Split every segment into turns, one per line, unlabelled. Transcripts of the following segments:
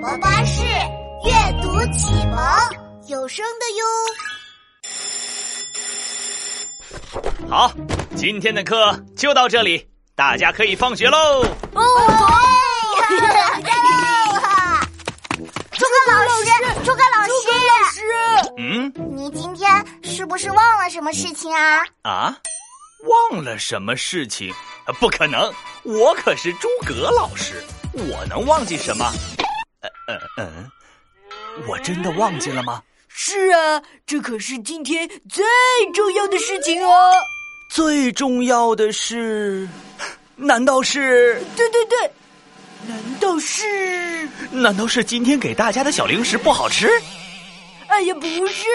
摩巴士阅读启蒙有声
的哟。好，今天的课就到这里，大家可以放学喽。
哦，朱哥老师，朱哥老师，
嗯
你今天是不是忘了什么事情啊？
啊，忘了什么事情？呃不可能，我可是诸葛老师，我能忘记什么？呃呃嗯、我真的忘记了吗？
是啊，这可是今天最重要的事情哦！
最重要的是，难道是？
对对对，难道是？
难道是今天给大家的小零食不好吃？
哎呀，不是，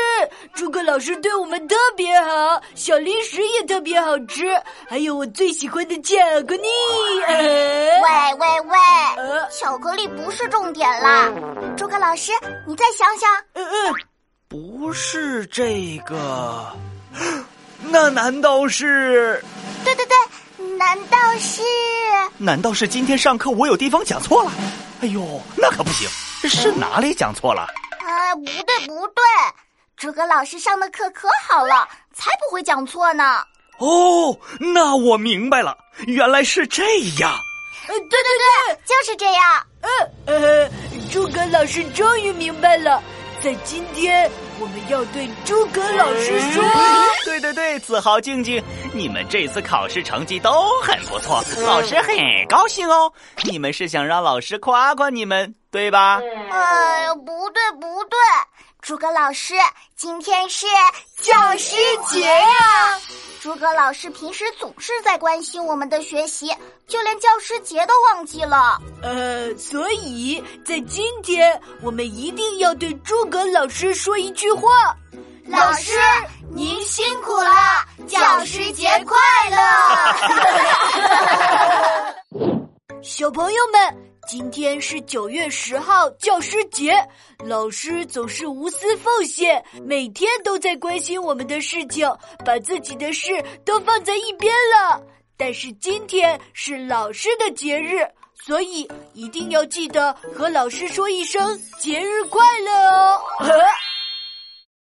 诸葛老师对我们特别好，小零食也特别好吃，还有我最喜欢的巧克力。呃
喂喂喂，
呃
巧克力不是重点啦。朱哥老师，你再想想，
嗯嗯，
不是这个，那难道是？
对对对，难道是？
难道是今天上课我有地方讲错了？哎呦，那可不行，是哪里讲错了？
啊，不对不对，朱哥老师上的课可好了，才不会讲错呢。
哦，那我明白了，原来是这样。
呃，对对对，
就是这样，
呃，诸葛老师终于明白了，在今天我们要对诸葛老师说。
对对对，子豪、静静，你们这次考试成绩都很不错，老师很高兴哦。你们是想让老师夸夸你们，对吧？
呃，不对不对，朱哥老师，今天是教师节呀、朱葛老师平时总是在关心我们的学习，就连教师节都忘记了。
呃，所以在今天，我们一定要对诸葛老师说一句话。
老师，您辛苦了，教师节快 乐！
小朋友们，今天是九月十号教师节，老师总是无私奉献，每天都在关心我们的事情，把自己的事都放在一边了。但是今天是老师的节日，所以一定要记得和老师说一声节日快乐哦。